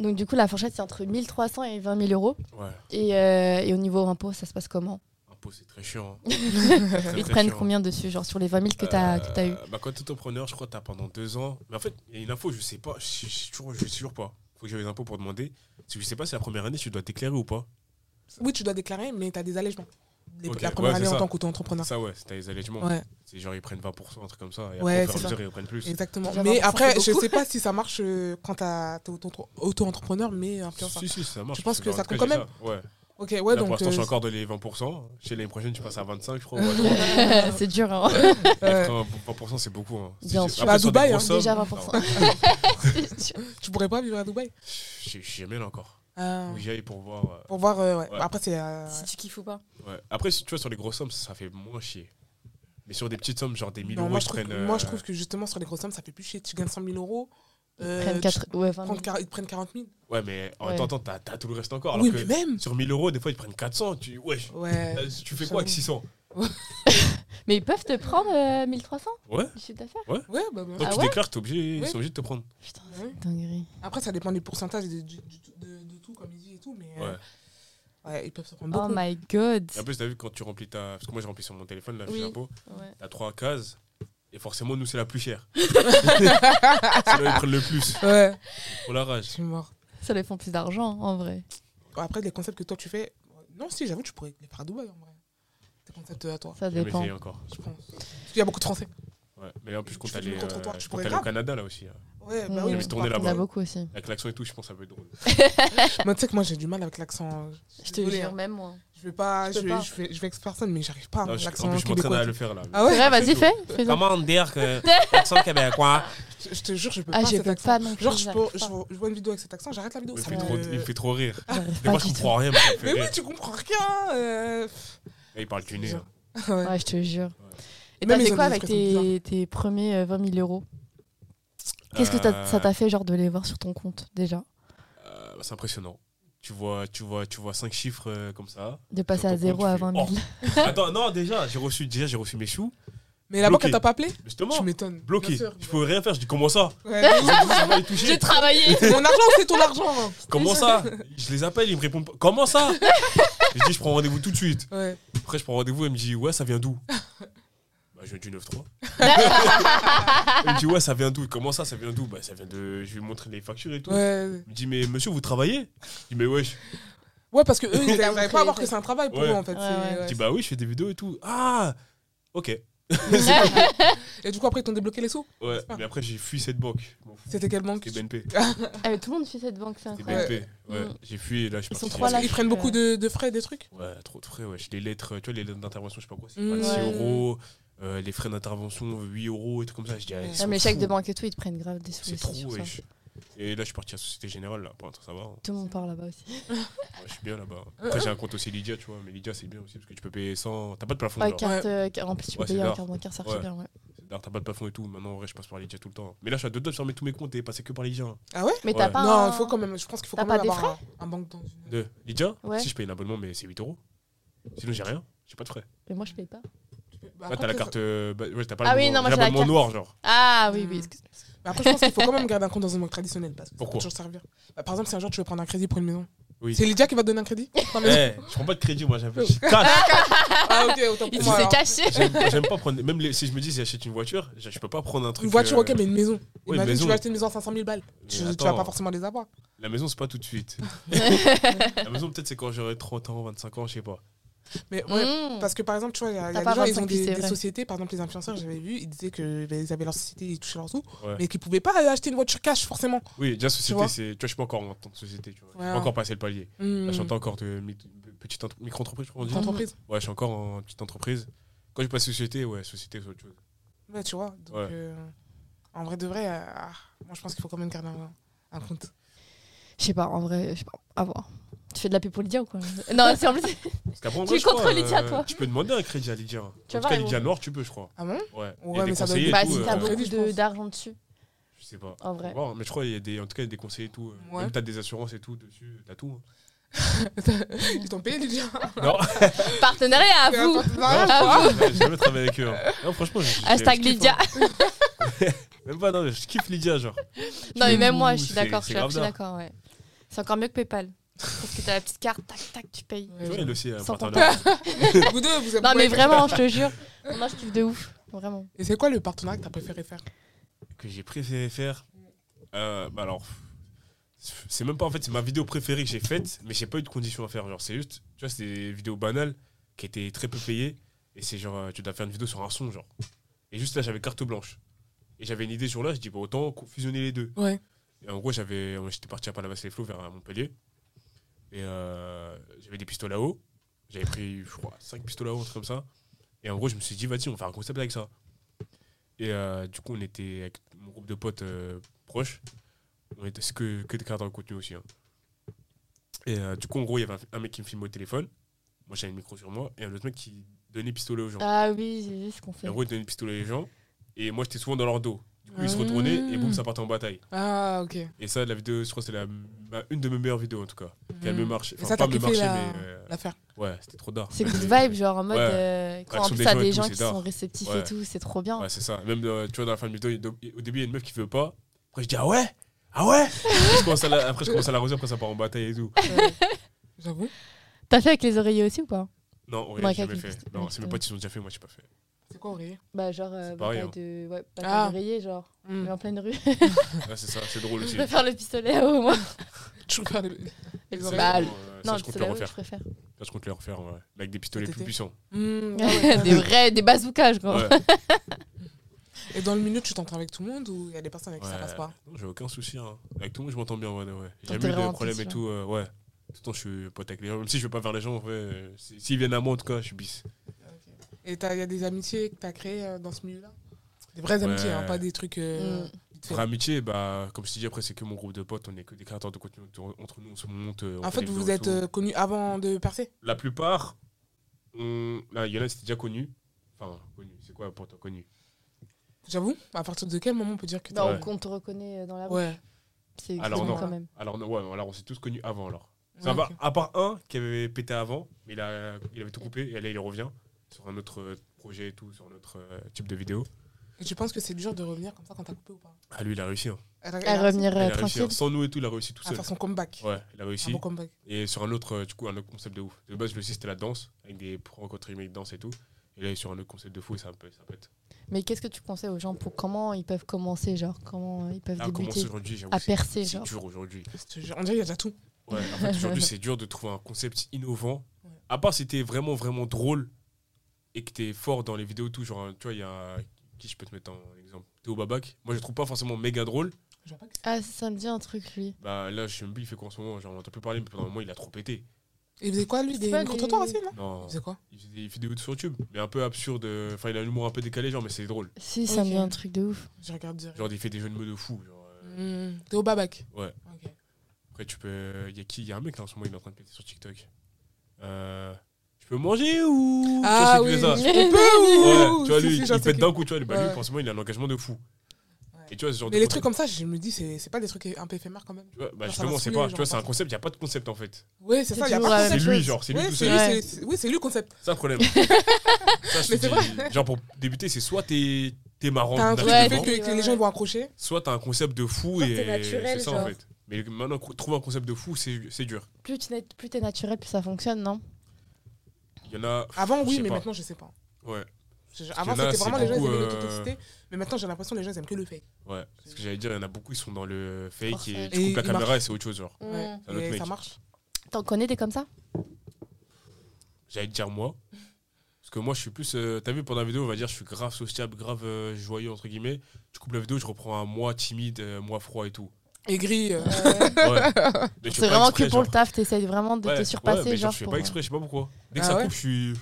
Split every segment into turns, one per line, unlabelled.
Donc, du coup, la fourchette, c'est entre 1300 et 20 000 euros.
Ouais.
Et, euh, et au niveau impôt, ça se passe comment
Impôt, c'est très chiant.
Ils te prennent combien dessus Genre sur les 20 000 que tu as, que t'as eu
bah, Quand t'es entrepreneur, je crois que t'as pendant deux ans. Mais en fait, il y a une info, je sais pas. Je suis- je suis toujours, je suis sûr pas. Faut que j'aie les impôts pour demander. Parce que je sais pas si la première année, tu dois t'éclairer ou pas.
Oui, tu dois déclarer, mais tu as des allègements. Les-
Ok,
La première
ouais, c'est
année en
ça.
tant qu'auto-entrepreneur.
Ça, ouais, c'est t'as les allègements.
Ouais,
C'est genre, ils prennent 20%, un truc comme ça. Et
Ouais,
après, au fur et à
c'est ça.
mesure, ils prennent plus.
exactement.
Genre, 20%,
Mais après,
c'est
je
beaucoup.
sais pas si ça marche euh, quand t'as- t'es auto- auto-entrepreneur, mais influenceur.
Si, si, ça marche.
Je
parce
pense que
genre,
ça
en tout
compte
cas,
quand
j'ai ça. Ouais.
Ok, ouais,
Là, pour
donc.
l'instant, je suis
euh,
encore dans les 20%. Chez l'année prochaine, je passe à 25, je crois. ou à 30.
C'est dur, hein
euh,
Quand 20%, c'est beaucoup. hein.
Bien
C'est-
sûr.
après,
Bah,
sur des
Dubaï, hein,
grosses sommes,
Déjà
ah ouais.
20%. C'est dur.
tu pourrais pas vivre à Dubaï
Je suis jamais là encore.
Euh,
Faut que j'y aille pour voir. euh,
Pour voir, euh, ouais.
Ouais.
Après, c'est. euh,
Si tu kiffes ou pas.
Ouais. Après, si- tu vois, sur les grosses sommes, ça fait moins chier. Mais sur des petites sommes, genre des 1000
non,
euros,
moi,
ils
je trouve,
prennent.
que-
euh,
moi, je trouve que justement, sur les grosses sommes, ça fait plus chier. Tu gagnes 100 000 euros. euh,
Ils prennent
tu-
4... Ouais, 20 000.
prendre quar- Ils te prennent 40 000.
Ouais, mais en
Ouais.
même temps, t'as t'as tout le reste encore. Alors
Oui, mais
que
même
sur 1000 euros, des fois, ils prennent 400. Tu, ouais,
Ouais.
euh, tu fais quoi avec
j'avoue.
600
Mais ils peuvent te prendre euh, 1300
Ouais.
du chiffre d'affaires
Ouais, bah, bah.
Donc
Ah
tu
ouais
déclares, t'es obligé, ils
Oui.
sont obligés de te prendre.
Putain,
Ouais.
c'est dinguerie.
Après, ça dépend des pourcentages de, du- du- de- de tout, comme il dit et tout, mais euh,
Ouais.
ouais, ils peuvent se prendre
Oh
beaucoup.
my god.
Et en plus, t'as vu quand tu remplis ta. Parce que moi, j'ai rempli sur mon téléphone, la fiche
Oui.
d'impôt.
Ouais.
T'as trois cases. Et forcément, nous, c'est la plus chère. c'est là où ils prennent le plus.
Ouais,
Pour la
je
rage.
suis mort.
Ça les font plus d'argent, en vrai.
Après, les concepts que toi tu fais, non, si, j'avoue, tu pourrais les faire à Dubaï en vrai. Tes concepts euh, à toi,
Ça
J'ai jamais
dépend.
essayé encore.
je pense. Parce qu'il y a beaucoup de Français.
Ouais. Mais en plus, je compte
Tu fais du
aller, euh,
contre-trottoir, tu
je compte
pourrais
aller au
grave.
Canada, là aussi. hein.
Ouais,
Mm.
bah oui,
Mais
mais
tourner
Il y en a
là-bas.
beaucoup aussi.
Avec l'accent et tout, je pense que ça peut être drôle.
Moi, tu sais que moi, j'ai du mal avec l'accent.
Je te
Désolée,
jure,
hein.
même moi.
Je vais pas,
Je
je
peux
vais,
pas.
je vais, je vais ex personne, mais j'arrive pas à
Non, je- en
Ah, l'accent hein,
plus, je m'entraîne
québécois.
à le faire là.
Ah ouais
C'est vrai,
C'est
vas-y,
tout.
fais. fais
Comment dire que l'accent québécois
Je, je te jure, je peux
Ah,
pas
je
cet
peux
accent.
pas non plus.
Genre, je,
j'arrive
peux- je,
pas.
vois- je vois une vidéo avec cet accent, j'arrête la vidéo.
il me,
ça
fait
me-
trop, il me fait trop rire.
J'arrive Euh, Ah,
Des
pas
fois, je
du tout.
comprends rien. Mais ça me fait
Mais oui,
rire.
tu comprends rien. euh,
Et il parle du nez. hein.
ouais.
Ouais, je te jure. Et
Même
t'as fait
ils ont
quoi
des
avec
expressions
tes, tes premiers euh, 20 000 euros Qu'est-ce que t'as- ça t'a fait, genre, de les voir sur ton compte, déjà
Euh, C'est impressionnant. Tu vois, tu vois, tu vois cinq chiffres euh, comme ça.
De passer
Sur
à
ton
0
compte,
à
tu fais, oh,
20 000.
Attends, non, déjà, j'ai reçu, déjà, j'ai reçu mes choux.
Mais là-bas,
Bloqué.
quand t'as pas appelé,
Justement,
tu m'étonnes.
bloqué.
Bien sûr.
je pouvais rien faire. Je dis comment ça
Ouais.
Ça va les toucher.
travaillé
Mon argent, c'est ton argent. hein.
Comment ça Je les appelle, ils me répondent pas. Comment ça Je dis je prends rendez-vous tout de suite.
Ouais.
Après, je prends rendez-vous, elle me dit Ouais, ça vient d'où Bah, je viens du 9-3. elle me dit Ouais, ça vient d'où Comment ça, ça vient d'où Bah, ça vient de. Je lui montre les factures et tout.
Ouais.
Elle me dit Mais monsieur, vous travaillez Je dis Mais wesh.
Ouais, parce que eux, ils
Ils
n'arrivent
montré
pas à
les
voir que
trucs.
c'est un travail pour
Ouais.
eux, en fait.
Ouais,
c'est-
ouais.
Je
ouais.
dis Bah oui, je fais des vidéos et tout. Ah Ok.
Et du coup, après, ils t'ont débloqué les sous
Ouais,
C'est pas-
mais après, j'ai fui cette banque. Je m'en fous.
C'était quelle banque
C'était BNP.
Ah, Tout le monde fait cette banque, c'est
C'était
incroyable.
BNP. Ouais,
Mm.
j'ai fui et là, je suis
Ils sont
parti
trois
chez-
là.
Ils prennent beaucoup de, de frais, des trucs
Ouais, trop de frais, ouais. Les lettres, tu vois, les lettres d'intervention, je sais pas quoi, c'est
Mm.
26
Ouais.
euros. euh, les frais d'intervention, 8 euros et tout comme ça. Je dis, ah, ils
Ouais,
Ouais,
sont
mais les chèques
fous.
de banque et tout, ils te prennent grave des sous.
C'est
aussi
trop,
sur ça.
wesh. Et là, je suis parti à Société Générale, là, pour un truc, ça va. hein.
Tout le monde part là-bas aussi.
Ouais, je suis bien là-bas. Après, j'ai un compte aussi Lydia, tu vois. Mais Lydia, c'est bien aussi, parce que tu peux payer 100. T'as pas de plafond,
Ouais,
genre.
carte, euh, car- en plus, tu peux
Ouais, c'est
payer en
grave.
carte bancaire, ça marche
Ouais.
bien, ouais.
D'ailleurs, T'as pas de plafond et tout. Maintenant, en vrai, je passe par Lydia tout le temps. Mais là, je suis à deux doigts de fermer tous mes comptes et passer que par Lydia. hein.
Mais t'as
Ouais.
pas.
Non,
un-
il faut quand même. Je pense qu'il faut
T'as
quand même
pas des
avoir un, un banque dans une.
De Lydia
Ouais.
Si, je paye un abonnement, mais c'est 8 euros. Sinon, j'ai rien. J'ai pas de frais.
Mais moi, je paye pas.
Là,
Bah, après,
t'as la
ça-
carte. euh, bah, ouais, t'as pas
Ah oui,
l'abonnement-
non, moi,
j'ai
j'ai la
l'abonnement
carte.
noir, genre.
Ah oui,
Hmm.
oui, excuse-moi.
Bah, après, je pense qu'il faut quand même garder un compte dans une banque traditionnelle. Parce que ça peut
Pourquoi
toujours servir. Bah, par exemple, si un jour tu veux prendre un crédit pour une maison,
Oui.
c'est Lydia qui va te donner un crédit
Eh, je prends pas de crédit, moi, j'appelle. Je casse.
Ah, ok, autant
Il
pour moi.
s'est
alors.
caché
J'aime j'aime pas prendre. Même les- si je me dis, j'achète une voiture, je je peux pas prendre un truc.
Une voiture,
euh,
ok, mais une maison.
oui,
Imagine,
maison.
tu vas acheter une maison à 500 000 balles.
mais
Tu, tu vas
attends,
pas forcément les avoir.
La maison, c'est pas tout de suite. la maison, peut-être, c'est quand j'aurai 30 ans, 25 ans, je sais pas.
Mais ouais,
Hmm.
Parce que par exemple, tu vois, il y a, il y a
pas
des gens, ils
25,
ont
c'est
des, des
vrai.
sociétés, par exemple les influenceurs, j'avais vu, ils disaient qu'ils avaient leur société, ils touchaient leurs sous,
Ouais. Bah,
mais qu'ils pouvaient pas acheter une voiture cash forcément.
Oui, déjà, société,
vois
c'est. Tu vois, je suis pas encore en tant que société, tu vois. Je
Ouais.
suis pas encore passé le palier. Là,
Hmm.
je suis encore de mi- petite entre- micro-entreprise, je crois qu'on dit.
Mhm.
Entreprise.
Ouais, je suis encore en petite entreprise. Quand je passe société, ouais, société, c'est autre chose.
Ouais, tu vois. Donc,
Ouais.
euh, en vrai de vrai, euh, ah, moi je pense qu'il faut quand même garder un, un compte.
Je sais pas, en vrai, je sais pas, à voir. Tu fais de la pub pour Lydia ou quoi Non, c'est en plus.
Parce qu'après, en
Tu
vrai,
es
je crois, euh,
contre Lydia, toi
Tu peux demander un crédit à Lydia. En tout
vas
cas,
voir,
Lydia
ils vont-
Noir, tu peux, je crois.
Ah
Ouais,
bon
Il y a
Ouais,
des
mais ça doit-
conseillers et
Bah,
tout,
si
euh,
t'as
bon-
beaucoup
crédit, je
de-
pense.
d'argent dessus,
Je sais pas.
en
Faut
vrai.
voir, mais je crois qu'il y a des, en tout cas, il y a des conseillers et tout. euh,
Ouais.
Même t'as des assurances et tout dessus, t'as tout. hein.
Ils t'ont payé, Lydia
Non,
Partenariat à
C'est
vous
un partenariat.
À vous
j'ai jamais travaillé avec eux. hein. Non, franchement, j'ai- j'ai-
Hashtag
je kiffe,
Lydia
hein. Même pas, non, je kiffe Lydia, genre.
Non, mais même moi,
Ouh,
je suis
c'est-
d'accord, je
c'est
suis je suis
grave
d'accord, ouais. C'est encore mieux que PayPal. Parce que t'as la petite carte, tac, tac, tu payes.
Tu vois, elle aussi, euh, un
Sans
partenaire.
Vous deux, vous aimez
Non, mais
ouais.
vraiment, je te jure. Moi, je kiffe de ouf. Vraiment.
Et c'est quoi le partenariat que t'as préféré faire
que j'ai préféré faire. Euh, bah alors, c'est même pas en fait, c'est ma vidéo préférée que j'ai faite, mais j'ai pas eu de conditions à faire. Genre, c'est juste, tu vois, c'est des vidéos banales qui étaient très peu payées. Et c'est genre, euh, tu dois faire une vidéo sur un son, genre. Et juste là, j'avais carte blanche. Et j'avais une idée sur là, je dis, bah autant co- fusionner les deux.
Ouais.
Et en gros, j'avais, euh, j'étais parti à Palavas les Flots vers euh, Montpellier. Et euh, j'avais des pistolets à eau. J'avais pris, je crois, 5 pistolets à eau, un truc comme ça. Et en gros, je me suis dit, vas-y, on va faire un concept avec ça. Et euh, du coup, on était avec mon groupe de potes euh, proches. On était c'est que, que des créateurs de contenu aussi. hein. Et euh, du coup, en gros, il y avait un, un mec qui me filmait au téléphone. Moi, j'avais le micro sur moi. Et un autre mec qui donnait pistolet aux gens.
Ah oui, c'est ce qu'on fait.
Et en gros, il donnait pistolet aux gens. Et moi, j'étais souvent dans leur dos. Du coup, ils se retournaient et boum, ça partait en bataille.
Ah, ok.
Et ça, la vidéo, je crois, que c'est la, ma- une de mes meilleures vidéos en tout cas.
Mm.
Qu'elle me marche.
Et
Enfin,
ça,
pas
t'as
me
kiffé
marcher,
la-
mais. euh,
Euh, l'affaire
ouais, c'était trop d'art.
C'est good vibe, genre en mode.
Ouais.
euh, quand en
Action
plus,
des
t'as
gens et
des
tout,
gens
c'est
qui
d'art.
sont réceptifs
Ouais.
et tout, c'est trop bien.
Ouais, c'est ça. Même, euh, tu vois, dans la fin de vidéo, il y a une- au début, il y a une meuf qui veut pas. Après, je dis, ah ouais Ah ouais Après, je commence à la- Après, je commence à l'arroser, après, ça part en bataille et tout.
Euh, J'avoue.
T'as fait avec les oreillers aussi ou pas
Non, on
Ouais,
j'ai jamais
quelqu'un qui-
fait. Non,
ouais,
c'est mes
putain.
potes, ils ont déjà fait, moi, j'ai pas fait.
C'est quoi, Aurélie
Bah, genre, euh,
C'est Mm. pareil,
bataille de. Ouais, bataille
Ah.
d'oreiller, genre.
Hmm.
Mais en pleine rue.
Ouais, c'est ça, c'est drôle
je
aussi.
préfère le pistolet à eau, moi.
Je préfère les.
Les
C'est
oreillers. Bah,
Bah, euh,
non,
ça,
le
je compte le
pistolet à eau, je
refaire.
préfère.
Ça, je compte le refaire, ouais. Avec des pistolets
Cet
plus
été.
puissants.
Hmm,
des vrais, des bazookas, je crois.
Ouais.
Et dans le minute, tu t'entends avec tout le monde ou il y a des personnes avec qui ça
Ouais.
passe pas
Non, j'ai aucun souci. hein. Avec tout le monde, je m'entends bien. Ouais, ouais.
T'es
J'ai jamais eu de
vraiment
problème et
petit,
tout. euh, ouais. Tout le temps, je suis pote avec les gens. Même si je veux pas vers les gens, en vrai. euh, si- S'ils viennent à moi, en tout cas, je suis bis.
Et t'as- il y a des amitiés que t'as créées euh, dans ce milieu-là Des vraies amitiés, hein,
Ouais.
pas des trucs. euh,
Mm.
vite fait.
Vraie amitié, bah, comme je te dis, après, c'est que mon groupe de potes. On est que des créateurs de contenu. Entre nous, on se monte. euh, on
En fait,
des
vous
vidéos
vous
et
êtes
tout.
euh, connus avant de percer
La plupart, on... là, il y en a, c'était déjà connu. Enfin, connu. C'est quoi pour toi connu
J'avoue, à partir de quel moment on peut dire que t'es.
Non,
Ouais.
Bah, on te reconnaît euh, dans la rue.
Ouais.
C'est
Alors,
exactement
non.
quand même.
Alors, non, ouais, alors on s'est tous connus avant, alors.
Ouais,
Ça va,
ok.
à part un qui avait pété avant, mais il, a- il avait tout coupé et là il revient sur un autre euh, projet et tout, sur un autre euh, type de vidéo.
Et tu penses que c'est dur de revenir comme ça quand t'as coupé ou pas
Ah lui il a réussi. Hein.
Elle a- elle a
À
réussi
revenir
Il
euh,
a réussi hein.
tranquille.
sans nous et tout, il a réussi tout
à
seul.
faire son comeback.
Ouais, il a
Un
réussi.
Ah, bon comeback.
Et sur un autre, euh, du coup, un autre concept de ouf. De base, le 6 c'était la danse, avec des pros contre de danse et tout. Et là, il est sur un autre concept de fou et ça, peut- ça pète.
Mais qu'est-ce que tu conseilles aux gens pour comment ils peuvent commencer, genre comment euh, ils peuvent
Là, on commence
débuter
Ah, aujourd'hui, j'avoue.
à
c'est-
percer,
C'est
genre.
dur aujourd'hui.
Je te jure, On dirait qu'il y a déjà tout.
Ouais, en fait, aujourd'hui, c'est dur de trouver un concept innovant.
Ouais.
À part si t'es vraiment, vraiment drôle et que t'es fort dans les vidéos, et tout. Genre, tu vois, il y a. Qui je peux te mettre en exemple Théo Babac. Moi, je le trouve pas forcément méga drôle.
Je vois pas que c'est-
Ah, ça me dit un truc lui.
Bah là, je sais même plus, il fait quoi en ce moment Genre, on entend plus parler, mais pendant un moment, il a trop pété.
Il faisait quoi, lui
C'est
Des
pas
micro-trottoirs
des-
aussi, non
Non,
Il faisait quoi
il fait des vidéos sur YouTube, mais un peu absurde. Enfin, il a un humour un peu décalé, genre, mais c'est drôle.
Si, ça
Ok.
me dit un truc de ouf.
Je regarde direct.
Genre, il fait des jeux de mots de fou. Genre, euh,
Hmm, T'es au babac
Ouais.
Ok. Mm.
Après, tu peux. Il y a qui Il y a un mec là en ce moment, il est en train de péter sur TikTok. Euh, Tu peux manger ou.
Ah
Tu vois, c'est
oui,
que ça.
je peux ou-
Ouais, tu vois,
Si,
lui,
si,
il-
genre,
il
c'est
pète
que-
d'un coup, tu vois, lui, bah, lui,
Ouais.
forcément, il a un engagement de fou.
Ouais.
Et tu vois, ce genre
Mais
de
les
concept-
trucs comme ça, je me dis, c'est c'est pas des trucs un peu éphémères quand même.
tu vois, bah,
ça
justement,
va
c'est
saouler
pas,
les
tu
gens,
vois, c'est un
par
concept, il n'y a pas de concept en fait.
Oui, c'est
C'est
ça, il y a
toujours
pas
la
de
C'est
même
concept.
lui,
chose.
genre, c'est lui
Ouais,
tout
c'est
seul.
lui,
Ouais.
c'est- c'est- Oui, c'est lui le concept.
C'est un problème. Ça, je
Mais
te
c'est
dis, genre, pour débuter, c'est soit t'es es marrant,
T'as un truc
Ouais,
qui fait
naturellement,
c'est-
que- que les gens ils vont accrocher.
soit t'as un concept de fou
Soit
et
t'es naturel,
c'est ça en
genre.
fait. Mais maintenant, cro- trouver un concept de fou, c'est c'est dur.
Plus tu n'es- plus t'es naturel, plus ça fonctionne, non
Il y en a.
Avant,
je
oui,
sais
mais
pas.
maintenant, je sais pas.
Ouais,
Je-
Parce
Avant,
qu'il y en a,
c'était vraiment
c'est
les gens ils
beaucoup,
aimaient
euh,
l'authenticité. Mais maintenant, j'ai l'impression que les gens ils aiment que le fake.
ouais. Ce que j'allais dire, il y en a beaucoup, ils sont dans le fake
Forcément.
et tu coupes
Et
la
il
caméra
marche.
et c'est autre chose, genre.
Mm.
Ouais.
C'est un autre
Et
mec.
ça marche.
T'en connais des comme ça
J'allais te dire moi. Parce que moi, je suis plus. euh, T'as vu, pendant la vidéo, on va dire, je suis grave sociable, grave euh, joyeux, entre guillemets. Tu coupes la vidéo, je reprends un moi timide, euh, moi froid et tout.
Et gris. euh,
Ouais. Mais je fais
C'est
pas
vraiment
exprès,
que pour
genre.
le taf, t'essayes vraiment de
Ouais,
te
ouais,
surpasser,
mais
genre.
Je fais
pour-
pas exprès, je sais pas pourquoi. Dès que
Ah
ça
ouais
coupe, je suis.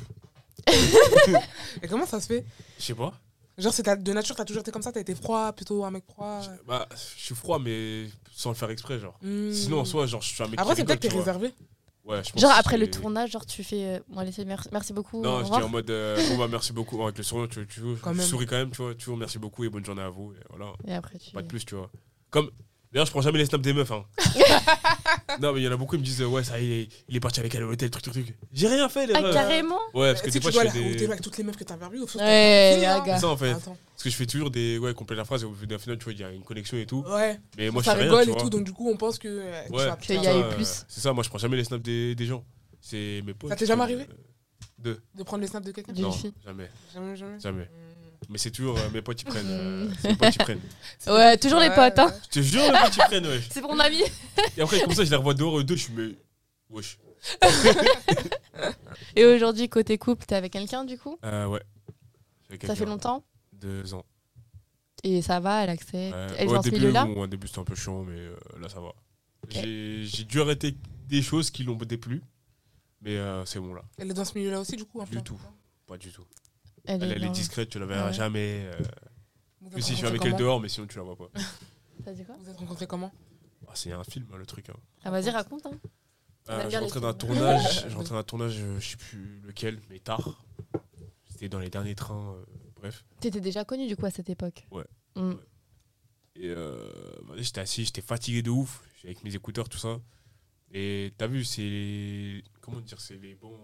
Et comment ça se fait
Je sais pas.
Genre, c'est ta- de nature, t'as toujours été comme ça, t'as été froid, plutôt un mec froid.
Je- Bah, je suis froid, mais sans le faire exprès, genre.
Hmm.
Sinon, en soi, genre, je suis un mec
Après,
qui
c'est peut-être que t'es
rigole, tu
réservé.
vois. Ouais, je pense
Genre
que
après le
c'est-
tournage, genre tu fais. euh, Bon, laissez, merci, merci beaucoup. au
Non, je dis
revoir.
en mode, euh, bon, bah, merci beaucoup. Avec le sourire, tu, tu, vois,
Quand
je
même.
souris quand même, tu vois. Toujours merci beaucoup et bonne journée à vous. Et voilà.
Et après tu.
Pas de plus, tu vois. Comme. D'ailleurs, je prends jamais les snaps des meufs. Hein. non, mais il y en a beaucoup qui me disent euh, Ouais, ça y est, il est parti avec elle au hôtel, truc, truc, truc. J'ai rien fait, les
Ah,
meufs.
carrément
Ouais, parce que des
Est-ce que
fois,
tu
je
dois aller
fais
avec
des.
toutes les meufs que t'as vues au fond
Ouais,
t'as-
les
Attends.
gars.
C'est ça, en fait.
Attends.
Parce que je fais toujours des. Ouais, complète la phrase et au final, tu vois, il y a une connexion et tout.
Ouais,
Mais moi,
Ah. ça
je fais
rigole
rien, tu
et tout,
vois.
donc du coup, on pense que. euh, tu
Ouais.
vas-
Qu'il y
tu vas-
a eu
Ça,
plus.
euh, C'est ça, moi, je prends jamais les snaps des, des gens. C'est mes potes.
t'est jamais arrivé
euh, Deux.
De prendre les snaps de quelqu'un
D'une
Non,
fille.
jamais.
Jamais, jamais.
Jamais.
Mm.
Mais c'est toujours euh, mes potes qui prennent.
Mm.
euh, c'est mes potes qui prennent.
Ouais, toujours les potes, hein.
Je te jure, mes potes qui prennent, ouais.
C'est pour mon ami.
Et après, comme ça, je les revois dehors, eux deux, je suis. Mais. Wesh.
Et aujourd'hui, côté couple, t'es avec quelqu'un du coup
Euh, ouais. Avec
Ça fait
quelqu'un.
longtemps
Deux ans.
Et ça va, elle accepte.
Ouais.
Elle est
Au
dans ce
début,
milieu-là
bon, au début, c'était un peu chiant, mais euh, là, ça va. J'ai- J'ai dû arrêter des choses qui l'ont déplu, mais euh, c'est bon, là.
Elle est dans ce milieu-là aussi, du coup. un
Du
peu.
tout. Pas du tout.
Elle,
Elle,
est
elle est
dans-
discrète, tu la verras
Ouais.
jamais. euh,
Vous
que
êtes
si je suis
rencontrés
avec elle
comment
dehors, mais sinon, tu la vois pas.
T'as dit quoi
Vous êtes rencontrés comment
Ah, c'est un film, hein, le truc. hein.
Ah, vas-y, raconte. Hein. On aime
Euh, je
bien les
rentrais d'un
films.
tournage, je rentrais d'un tournage, euh, je sais plus lequel, mais tard. C'était dans les derniers trains, euh, bref.
T'étais déjà connue du coup à cette époque
Ouais.
Mm.
Ouais. Et euh, vas-y, j'étais assis, j'étais fatigué de ouf, j'étais avec mes écouteurs, tout ça. Et t'as vu, c'est les... Comment dire C'est les bons...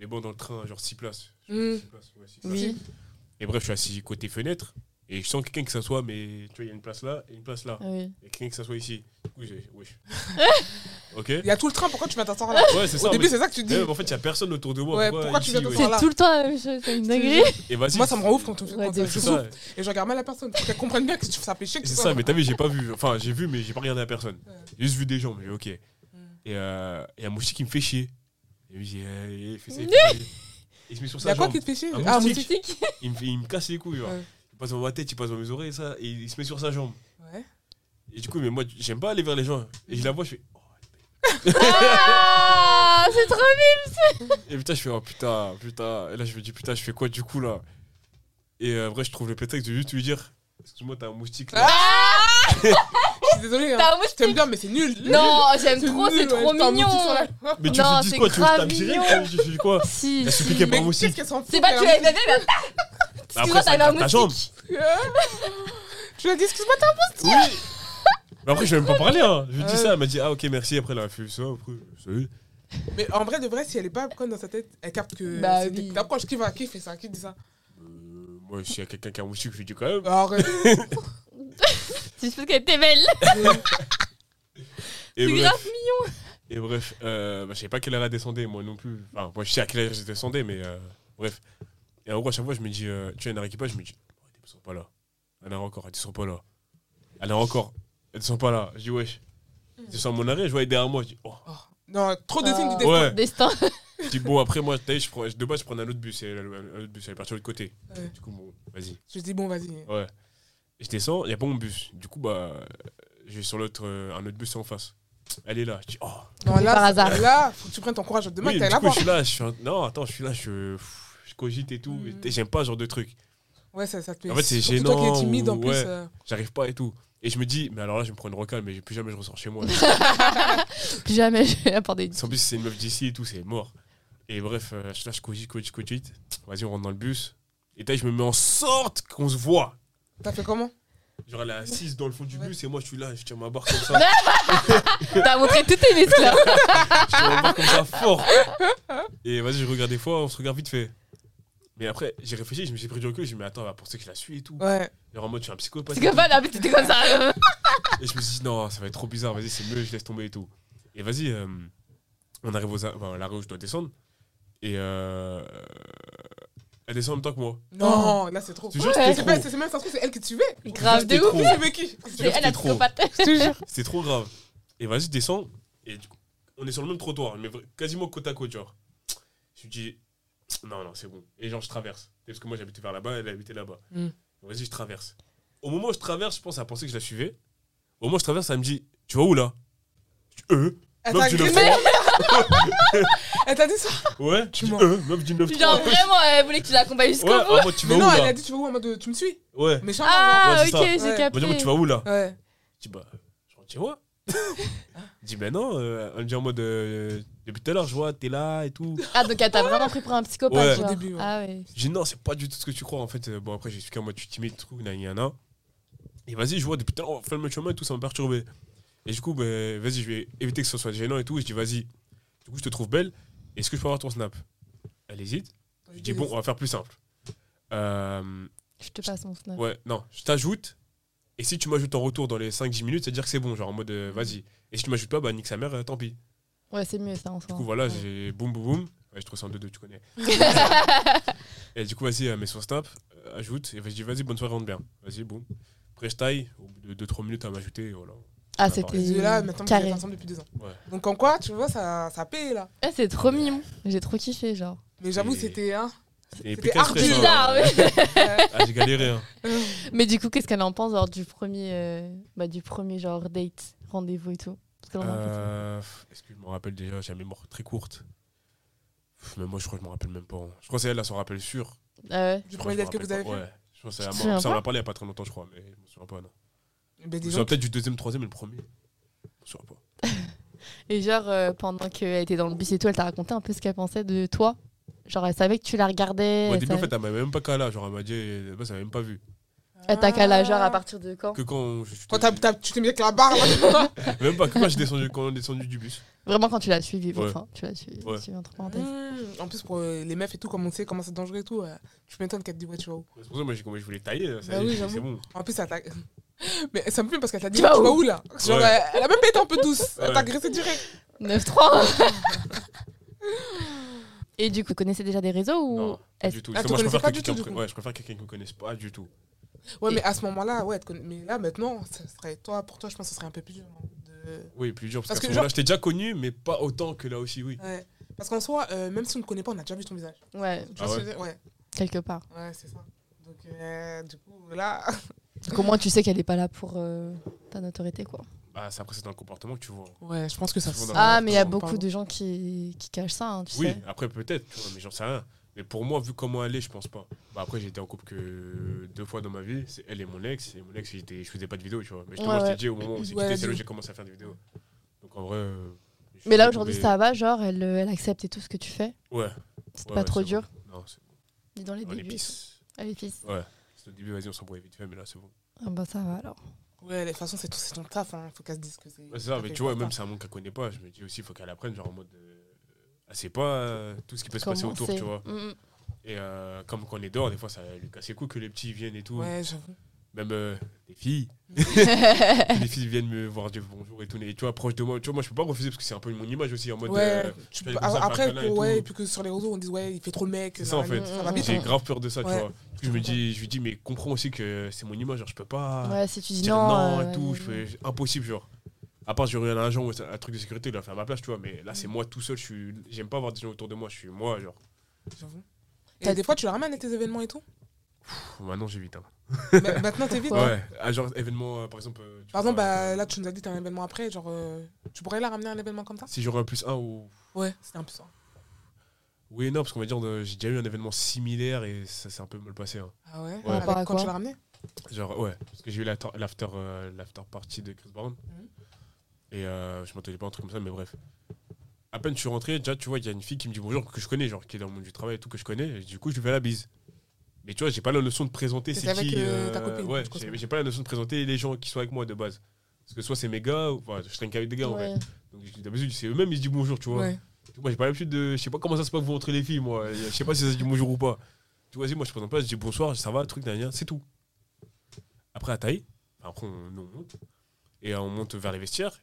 Les bons dans le train, genre 6 places. Je sais pas,
Mm.
six places, ouais, six places.
Oui.
Et bref, je suis assis côté fenêtre, et je sens quelqu'un qui s'assoit, mais tu vois, il y a une place là, et une place là.
Ah oui.
Et quelqu'un qui s'assoit ici. Du coup, j'ai... Oui. ok
Il y a tout le train, pourquoi tu m'attends là
Ouais, c'est ça.
Au
mais-
début, c'est ça que tu dis.
Ouais, mais en fait, il n'y a personne autour de moi.
Ouais, pourquoi tu viens
ouais.
C'est
Voilà.
tout le temps la même chose, c'est une dinguerie.
Et vas-y,
Moi, ça me rend ouf quand on fait
Ouais,
quand
de
je
ouf.
C'est
souffle
ça,
et je regarde mal la personne. Pour qu'elle comprenne bien que tu fais péché.
c'est ça, mais t'as vu, j'ai pas vu. Enfin, j'ai vu, mais j'ai pas regardé la personne.
Ouais.
J'ai juste vu des gens, mais j'ai dit, ok. Et
Mm.
euh, il y a un moustique qui me fait chier. Et lui, j'ai, eh, il fait ça. Il, fait ça. Il se met sur
Il y a
sa
quoi
jambe.
qui te fait chier
Un
Ah,
moustique.
moustique
Il me, fait- il me casse les couilles. genre.
Ouais.
Il passe dans ma tête, il passe dans mes oreilles, ça. Et il se met sur sa jambe.
Ouais.
Et du coup, mais moi, j'aime pas aller vers les gens. Et je la vois, je fais. oh,
Ah, c'est trop
Et putain, je fais, oh putain, putain. Et là, je me dis, putain, je fais quoi du coup là Et euh, après, je trouve le prétexte de juste lui dire, excuse-moi, t'as un moustique là.
Je suis désolée. hein.
T'as un
Je t'aime
moustique
bien, mais c'est nul.
Non, j'aime
C'est
trop,
nul,
c'est
ouais,
trop
t'as un moustique
mignon
sur la-
Mais tu
Ah, Non,
me dis
c'est
quoi Tu veux que je
grave
tape direct
mignon.
ou Je fais quoi
Si,
Elle se
si.
piquait par un
Mais qu'est-ce
moustique.
qu'elle s'en fout
C'est pas que tu
qu'elle a
l'avais gagné, mais
Bah
excuse-moi,
ça
t'avais un
gratte ta jambe.
moustique.
Je lui ai dit, excuse-moi, t'as
Oui. Mais après, je vais même pas parler. Hein. Je lui dis
Ouais.
ça. Elle m'a dit, ah ok, merci. Après, elle a fait ça. Après, salut.
un- Mais en vrai, de vrai, si elle est pas conne dans sa tête, elle capte que.
Bah
c'est-
oui.
T'approches, qui va Qui fait ça Qui dit ça
Euh, moi, s'il y a quelqu'un qui a un moustique, je lui dis quand même.
Bah, Arrête.
C'est parce qu'elle était belle. C'est
Et bref,
grave mignon.
et bref euh, bah, je sais pas quelle heure elle descendait, moi non plus. Enfin, moi, je sais à quelle heure je descendais, mais euh, bref. Et en gros, à chaque fois, je me dis, euh, tu vois, il y en a un qui passe, je me dis, oh, elle descend pas là. Elle a encore, elle descend pas là. Elle a encore, elle descend pas là. Je dis, wesh.
Mm.
Je descends à mon arrêt, je vois elle derrière moi. Je dis, oh.
Oh, Non, trop de
Ah.
signes du destin.
Ouais.
Destin.
Je dis, bon, après, moi, t'as vu, je prends, de base, je prends un autre bus. Et elle- un autre bus, elle est partie de l'autre côté.
Ouais.
Du coup, bon, vas-y.
Je dis, bon, vas-y.
Ouais. Et Je descends, il n'y a pas mon bus. Du coup, bah, euh, j'ai sur l'autre, euh, un autre bus en face. Elle est là. Je dis, oh.
Non,
Par
là,
hasard.
là, faut que tu prennes ton courage demain,
Oui,
t'es
du
là
coup,
bas
je suis là. Je suis en- Non, attends, je suis là, je, pff, je cogite et tout.
Mm.
Et J'aime pas ce genre de truc.
Ouais, ça, ça te fait.
En fait, c'est
surtout Toi qui
gênant
es timide en
ou-
plus.
ouais.
euh,
J'arrive pas et tout. Et je me dis, mais alors là, je vais me prends une rocale, mais plus jamais je ressors chez moi.
Plus jamais je vais apporter
en plus, c'est une meuf d'ici et tout, c'est mort. Et bref, euh, je suis là, je cogite, cogite, cogite. Vas-y, on rentre dans le bus. Et t'as vu, je me mets en sorte qu'on se voit.
T'as fait comment
Genre, elle est assise dans le fond du
Ouais.
bus et moi, je suis là, je tiens ma barre comme ça.
T'as montré toutes tes muscles là.
Je te remarque comme ça fort. Et vas-y, je regarde des fois, on se regarde vite fait. Mais après, j'ai réfléchi, je me suis pris du recul, je me suis dit, mais attends, bah, elle va penser que je la suis et tout.
Ouais.
Genre en mode, je suis un psychopathe.
C'est
et
comme pas, là, mais t'étais comme ça.
tout. Et je me suis dit, non, ça va être trop bizarre, vas-y, c'est mieux, je laisse tomber et tout. Et vas-y, euh, on arrive aux, enfin, à la rue où je dois descendre. Et euh, elle descend en même temps que moi.
Non, là, c'est trop.
Je te jure,
Ouais.
c'était
C'est
trop.
pas- c'est même ça se trouve, c'est elle qui te suivait.
Grave de
C'était
ouf.
trop.
C'est mais qui
C'est elle la
C'était trop.
psychopathe.
Je te jure.
C'était trop grave. Et vas-y, je descends. Et du coup, on est sur le même trottoir, mais vra- quasiment côte à côte, genre. Je lui dis, non, non, c'est bon. Et genre, je traverse. Parce que moi, j'habitais vers là-bas, elle habitait là-bas.
Mm.
Donc, Vas-y, je traverse. Au moment où je traverse, je pense à penser que je la suivais. Au moment où je traverse, elle me dit, tu vas où là Je dis, Euh
Elle
Meuf
t'a
du 9
grimé. Elle t'a dit ça.
Ouais je
Tu
dis,
mens.
Euh Meuf du 9
Genre vraiment, elle voulait que tu l'accompagnes
Ouais,
jusqu'au bout.
en mode, tu vas
Mais
où
non, elle a
là
dit, tu vas où en mode, tu me suis
Ouais.
Mais
Ah,
Ouais, c'est
ok,
ça.
j'ai
Ouais.
Elle me dit, mais
capté.
tu vas où là
Ouais.
Je dis, bah, je rentre chez moi. Je dis, bah non. euh, elle me dit en mode, euh, depuis tout à l'heure, je vois, t'es là et tout.
Ah, donc elle t'a vraiment pris pour un psychopathe.
Ouais.
genre.
Au début, ouais.
Ah ouais.
J'ai dit non, c'est pas du tout ce que tu crois. En fait, Euh, bon, après, j'ai expliqué en mode tu es timide, truc, nan, nan, nan. Et vas-y, je vois oh, depuis tout à l'heure, on fait le même chemin et tout, ça m'a perturbé. Et du coup, ben, vas-y, je vais éviter que ce soit gênant et tout. Et je dis, vas-y, du coup, je te trouve belle. hein. Est-ce que je peux avoir ton snap Elle hésite. Je dis, bon, on va faire plus simple. Euh,
Je te passe mon snap.
Ouais, non, je t'ajoute. Et si tu m'ajoutes en retour dans les 5-10 minutes, c'est-à-dire que c'est bon, genre en mode euh, vas-y. Et si tu m'ajoutes pas, bah nique sa mère, euh, tant pis.
Ouais, c'est mieux ça en soi.
Du coup, voilà,
Ouais.
j'ai boum boum boum. Ouais, je trouve ça en 2-2, tu connais. et du coup, vas-y, euh, mets son snap, euh, ajoute, et vas-y, vas-y, bonne soirée, rentre bien. Vas-y, boum. Après, je taille, au bout de 2-3 minutes à m'ajouter, oh et voilà.
Ah,
Et
Et
c'était
là, maintenant, on
carré.
est ensemble depuis deux ans.
Ouais.
Donc, en quoi, tu vois, ça, ça paye, là.
Ouais, c'est trop mignon. J'ai trop kiffé, genre.
Mais j'avoue,
Et-
c'était. Hein,
Et
C'était
putain, stress, hein.
bizarre, ouais.
Ah, j'ai galéré, hein.
euh,
Mais du coup, qu'est-ce qu'elle en pense genre, du premier, euh, bah, du premier genre date, rendez-vous et tout Parce qu'elle en a un peu dit.
Euh, pff, Est-ce que je me rappelle déjà J'ai la mémoire très courte. Pff, Même moi, je crois que je me rappelle même pas. hein. Je crois que c'est elle, là, s'en rappelle sûr.
Ah ouais.
du
Je crois
premier
je me
date que vous avez
rappelle
fait.
pas. Ouais, je pense que c'est
Tu te
à
souviens
moi. Ça, on en
pas
a parlé il y a pas très longtemps, je crois, mais je me souviens pas, non. Je
Ben, dis
me
donc,
souviens peut-être du deuxième, troisième et le premier. Je me souviens pas.
Et genre, euh, pendant qu'elle était dans le bus et tout, elle t'a raconté un peu ce qu'elle pensait de toi Genre, elle savait que tu la regardais.
Moi, au
elle
début, en
savait-
fait, elle m'avait même pas calé. Genre, elle m'a dit, euh, bah, ça m'a même pas vu.
Elle t'a calé, genre,
Ah.
à partir de quand
Que quand je suis.
Toi, t'as- t'as- tu t'es mis avec la barre, là.
Même pas que quand j'ai descendu, quand on est descendu du bus.
Vraiment, quand tu l'as suivi.
Ouais.
Enfin, tu l'as suivi,
Ouais.
suivi entre parenthèses. Mm.
Mmh, En plus, pour euh, les meufs et tout, comme on sait comment c'est dangereux et tout, euh, tu m'étonnes qu'elle te dit, ouais, tu vas où
C'est pour ça, moi, j'ai- moi, je voulais tailler. ça
Bah
y est,
oui,
j'ai dit,
j'avoue.
c'est bon.
En plus, ça t'a. Mais ça me plaît parce qu'elle t'a dit,
Tu vas
tu vas
où
où là Genre,
Ouais.
euh, elle a même pas été un peu douce. Elle
Ouais.
t'a agressé direct.
9-3 Et du coup, tu connaissais déjà des réseaux ou
Non, pas
est-ce-
du tout.
Ah,
Parce que
te
moi, je préfère
connaissais pas
que
du
quelqu'un me
tout, du
conna-
coup.
ouais, je préfère que quelqu'un me connaisse pas du tout.
Ouais,
Et-
mais à ce moment-là, ouais, elle te conna- mais là, maintenant, ça serait toi, pour toi, je pense que ce serait un peu plus dur. non, de-
Oui, plus dur. Parce,
Parce
qu'à
que
ce moment-là, je t'ai déjà connu, mais pas autant que là aussi, oui.
Ouais. Parce qu'en soi, euh, même si on ne connaît pas, on a déjà vu ton visage.
Ouais,
Tu vois ce que
Ah ouais.
je veux dire ouais,
quelque part.
ouais, c'est ça. Donc, euh, du coup, là.
Donc au moins, tu sais qu'elle n'est pas là pour euh, ta notoriété, quoi.
Bah, c'est après, c'est dans le comportement que tu vois.
Ouais, je pense que ça
Souvent dans la-
Ah, mais il y a
non,
beaucoup
pardon.
de gens qui, qui cachent ça, hein, tu
Oui,
sais.
après, peut-être, tu vois, mais j'en sais rien. Mais pour moi, vu comment elle est, je pense pas. Bah, après, j'ai été en couple que deux fois dans ma vie. C'est elle et mon ex. Et mon ex, il était- je faisais pas de vidéo, tu vois. Mais justement,
Ouais,
je
ouais.
t'ai dit, au moment où on s'est
Ouais,
quitté, c'est
de
là où
ouf.
j'ai commencé à faire des vidéos. Donc, en vrai. euh, je suis
Mais là,
tombé-
aujourd'hui, ça va, genre, elle, euh, elle accepte et tout ce que tu fais.
Ouais.
C'est
ouais,
pas
ouais,
trop
c'est
dur.
bon. Non, c'est bon.
Dis dans les
On
débuts.
épice.
Elle épice.
Ouais. C'est au début, vas-y, on s'embrouille vite fait, mais là, c'est bon.
Ah bah ça va alors.
Ouais, de toute façon, c'est tout- c'est ton taf, hein. faut qu'elle se dise que c'est.
Ouais, c'est ça,
fait
mais tu vois,
ton
même
taf.
c'est un monde qu'elle connaît pas. Je me dis aussi, il faut qu'elle apprenne, genre en mode. euh, elle sait pas euh, tout ce qui peut se passer
Comment
autour,
c'est
tu vois.
Mm, mm.
Et euh, comme quand on est dehors, des fois, ça lui casse les couilles que les petits viennent et tout.
Ouais, j'avoue.
Même euh, les filles. les filles viennent me voir dire bonjour et tout. Et tu vois, proche de moi, tu vois, moi, je peux pas refuser parce que c'est un peu mon image aussi, en mode.
Ouais,
euh,
tu
fais
peux-
comme ça, faire
après,
câlin et
pour-
tout.
ouais, et puis que sur les réseaux, on dit, ouais, il fait trop le mec.
C'est ça, en
nanani,
fait.
Ça va vite.
j'ai
Mm.
grave peur de ça,
Ouais.
tu vois. Du coup, je me dis, je lui dis, mais comprends aussi que c'est mon image, genre, je peux pas.
ouais, si tu dis
dire
non.
non,
euh,
et tout, je fais- je- impossible genre. À part j'aurais un agent ou un truc de sécurité, il a fait à ma place, tu vois, mais là c'est moi tout seul, je suis j'aime pas avoir des gens autour de moi, je suis moi genre.
J'avoue.
T'as-
Et des fois, tu la ramènes à tes événements et tout.
Pff, maintenant j'évite hein.
Mais Maintenant, t'évites.
Ouais.
Ouais, ah, genre événement euh, par exemple euh, tu
Par exemple,
vois,
bah,
euh,
là, tu nous as dit, t'as un événement après. Genre, euh, tu pourrais la ramener à un événement comme ça
si j'aurais un plus un ou
Ouais, c'est un peu ça.
oui et non parce qu'on va dire euh, j'ai déjà eu un événement similaire et ça s'est un peu mal passé hein.
Ah ouais,
Par
rapport à
Avec- Quand
quoi
tu l'as ramenée
Genre ouais, parce que j'ai eu l'after l'after, euh, l'after party de Chris Brown.
Mhm.
Et euh, je m'entendais pas un truc comme ça mais bref. À peine je suis rentré, déjà tu vois, il y a une fille qui me dit bonjour que je connais, genre qui est dans le monde du travail et tout que je connais, et du coup je lui fais la bise. Mais tu vois, j'ai pas la notion de présenter
T'étais
c'est qui
avec, euh,
euh,
ta copine,
ouais,
du coup,
j'ai-
c'est-
j'ai pas la notion de présenter les gens qui sont avec moi de base. Parce que soit c'est mes gars, ou, enfin, je traîne qu'avec des gars en
Ouais.
vrai. Donc d'habitude, c'est eux-mêmes, ils se disent bonjour, tu vois.
Ouais.
Moi, j'ai pas l'habitude de. Je sais pas comment ça se passe vous entre les filles, moi. Je sais pas si ça se dit bonjour ou pas. Tu vois, vas-y, moi, je présente pas, je dis bonsoir, ça va, truc, dernier, c'est tout. Après, à taille, après, on, nous, on monte. Et euh, on monte vers les vestiaires.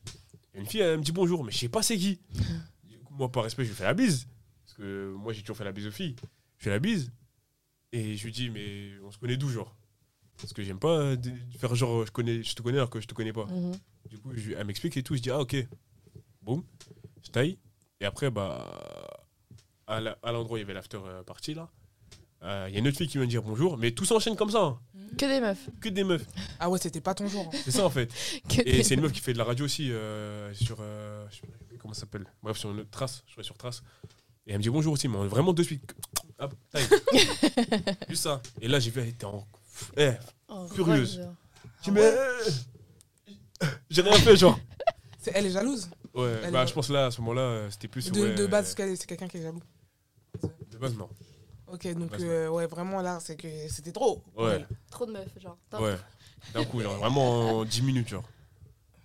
Et une fille, elle me dit bonjour, mais je sais pas c'est qui. Du coup, moi, par respect, je lui fais la bise. Parce que moi, j'ai toujours fait la bise aux filles. Je fais la bise. Et je lui dis, mais on se connaît d'où, genre Parce que j'aime pas euh, de- faire genre, je, connais, je te connais alors que je te connais pas.
Mhm.
Du coup, je- elle m'explique et tout. Je dis, ah, ok. Boum. Je taille. Et après, bah, à la- à l'endroit où il y avait l'after euh, party, là, euh, il y a une autre fille qui vient me dire bonjour. Mais tout s'enchaîne comme ça. hein.
Que des meufs.
Que des meufs.
Ah ouais, c'était pas ton jour. hein.
C'est ça, en fait.
Que
Et
des
c'est une
meufs.
meuf qui fait de la radio aussi euh, sur. euh, je sais plus comment ça s'appelle Bref, sur une autre trace. Je serais sur trace. Et elle me dit bonjour aussi, mais vraiment de suite. Hop, taille. Juste ça. Et là, j'ai vu, elle était en. Eh,
Oh,
curieuse.
rose.
je dis, mais. J'ai rien fait, genre.
C'est- Elle est jalouse.
Ouais,
Elle
bah,
est-
je pense là, à ce moment-là, euh, c'était plus.
De,
ouais,
de
euh,
base, qu'elle- c'est quelqu'un qui est jaloux.
De base, non.
Ok, donc
Vas-y.
euh, ouais, vraiment là, c'est que c'était trop. pour
Ouais.
elle.
Trop de meufs, genre.
Ouais. D'un coup, genre vraiment en 10 minutes, genre.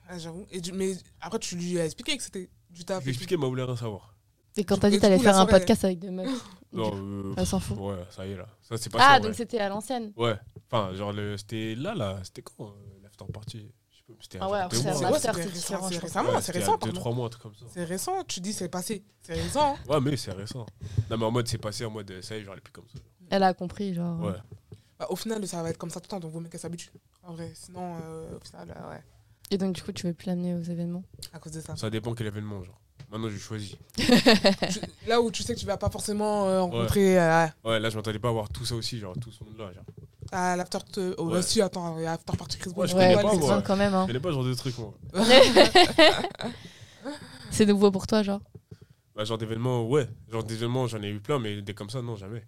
Ah, J'avoue. Et du- Mais après, tu lui as expliqué que c'était du
Je
taf.
lui ai expliqué, elle m'a voulu rien savoir.
Et quand t'as dit
Et
t'allais
du coup, la
faire un
soirée-
podcast avec des meufs.
Non, euh,
Ah,
Elle s'en fout.
ouais, ça y est là. Ça, c'est pas
Ah,
sûr,
donc
ouais.
c'était à l'ancienne.
Ouais. Enfin, genre, le... c'était là, là. C'était quand euh, l'after party Je sais pas. C'était
Ah ouais,
genre
après,
deux
ça
mois.
va.
quoi,
master,
c'était
c'est
récent,
différent, je
C'est
pense.
récemment,
Ouais,
c'est
c'était il y a
récent. par
deux,
contre.
trois mois, un truc comme ça.
C'est récent, tu dis c'est passé. C'est récent. hein.
Ouais, mais c'est récent. Non, mais en mode, c'est passé en mode, euh, ça y est, genre, elle est plus comme ça.
Elle a compris, genre.
Ouais.
Bah, au final, ça va être comme ça tout le temps, donc vous mettez qu'elle s'habitue. En vrai, sinon, euh, au final, euh, ouais,
Et donc, du coup, tu veux plus l'amener aux événements
à cause de ça.
Ça dépend quel événement, genre. Maintenant, j'ai choisi.
Tu- là où tu sais que tu vas pas forcément euh, rencontrer euh,
Ouais, là, je m'attendais pas à voir tout ça aussi, genre, tout ce monde-là. Genre.
à l'after. te- Oh,
Ouais.
bah, si, attends, euh, after party Chris Brown.
Ouais, je
Ouais,
connais
t'as
pas,
besoin
moi.
quand même. hein.
Je connais pas ce genre de trucs, moi.
C'est nouveau pour toi, genre.
Bah, genre d'événements, ouais. Genre d'événements, j'en ai eu plein, mais des comme ça, non, jamais.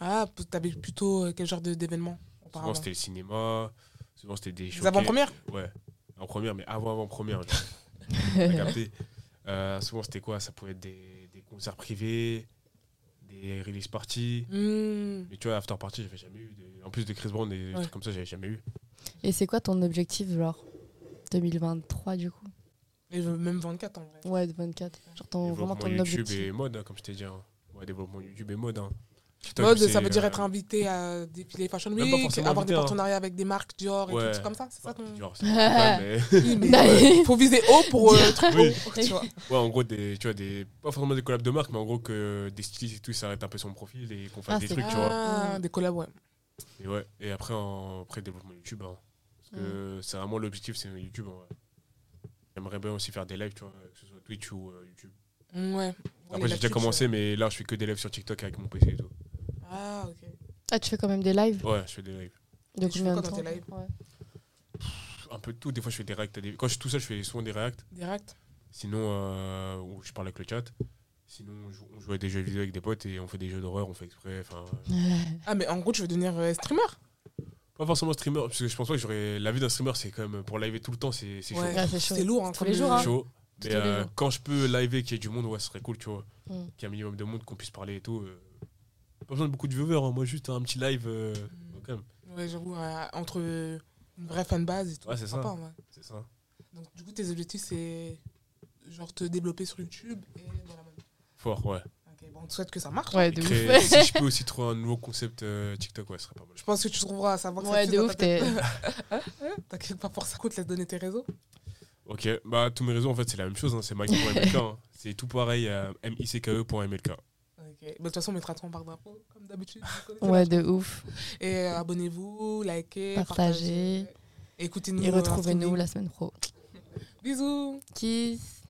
Ah, p- t'avais plutôt euh, quel genre de- d'événement
Souvent,
auparavant
c'était le cinéma. Souvent, c'était des
Des
showcases.
avant-premières
Ouais, en première, mais avant, avant première. genre. T'as capté. Euh, souvent, c'était quoi Ça pouvait être des, des concerts privés, des release parties.
Hmm.
Mais tu vois, after party, j'avais jamais eu. des- En plus de Chris Brown, des
Ouais.
trucs comme ça, j'avais jamais eu.
Et c'est quoi ton objectif, genre 2023, du coup
Et euh, même 24 en vrai.
Ouais, 24. Genre, ton, vraiment ton
YouTube
objectif.
et mode, hein, comme je t'ai dit. hein. Ouais, développement YouTube et mode. hein. TikTok,
Mode, ça
c'est,
veut dire
euh,
être invité à défiler Fashion
Même pas
Week,
forcément
avoir
invité,
des
hein.
partenariats avec des marques Dior et
Ouais.
tout, tout comme ça, c'est ça
enfin,
ton.
genre, c'est- ouais, mais-
Oui,
Bah,
mais faut viser haut pour euh, truc
Oui.
haut, tu vois.
Ouais, en gros, des, tu vois, des, pas forcément des collabs de marque, mais en gros, que des stylistes et tout, ça arrête un peu son profil et qu'on fasse
Ah,
des
c'est
trucs, tu vois.
Ah,
Mm.
des collabs, ouais.
Et, ouais. et après, en, après, développement YouTube. hein. Parce que c'est vraiment l'objectif, c'est YouTube. hein, ouais. J'aimerais bien aussi faire des lives, tu vois, que ce soit Twitch ou euh, YouTube.
Mm, ouais.
Après, j'ai déjà commencé, mais là, je fais que des lives sur TikTok avec mon PC et tout.
Ah, ok.
Ah, tu fais quand même des lives
Ouais, je fais des lives.
De
Et tu fais
combien de
quoi
temps
dans tes lives
Ouais.
Pff, Un peu de tout. Des fois, je fais des reacts. à des- Quand je suis tout seul, je fais souvent des reacts.
Direct.
Sinon, euh, où je parle avec le chat. Sinon, on joue, on joue à des jeux vidéo avec des potes et on fait des jeux d'horreur, on fait exprès. Enfin, euh.
Ah, mais en gros, tu veux devenir euh, streamer
Pas forcément streamer, parce que je pense pas que j'aurais. La vie d'un streamer, c'est quand même. Pour live tout le temps, c'est c'est chaud.
Ouais,
Ouais, c'est chaud.
C'est lourd, hein,
Tous
comme
les
le-
jours, hein.
C'est chaud.
Tous
Mais
les
euh,
jours.
quand je peux live qu'il y ait du monde, ouais, ce serait cool, tu vois.
Mm.
Qu'il y ait un minimum de monde, qu'on puisse parler et tout. euh. Pas besoin de beaucoup de viewers, hein, moi, juste un petit live. euh,
Mm.
Quand même,
Ouais, j'avoue, euh, entre euh, une vraie fanbase et tout.
Ouais, c'est
sympa,
ça.
en vrai.
c'est ça.
Donc, du coup, tes objectifs, c'est genre te développer sur YouTube et dans la mode.
Fort, ouais.
Ok, bon, on te souhaite que ça marche.
Ouais,
Et
de
créer-
ouf.
si je peux aussi trouver un nouveau concept euh, TikTok, ouais, ce serait pas mal.
Je pense que tu trouveras à savoir que
Ouais,
ça
de
te
ouf,
fait
t'es.
dans ta tête. T'inquiète pas pour ça. Écoute, laisse donner tes réseaux.
Ok, bah, tous mes réseaux, en fait, c'est la même chose, hein, c'est Mike.mlk. hein. C'est tout pareil, euh, micke.mlk.
Ok. Bah, De toute façon, on mettra tout en barre d'infos, comme d'habitude. vous connaissez la
Ouais, de ouf.
Et euh, abonnez-vous, likez,
Partagez.
partagez. Écoutez-nous.
Et
euh, en
retrouvez-nous
streaming.
la semaine pro.
Bisous.
Kiss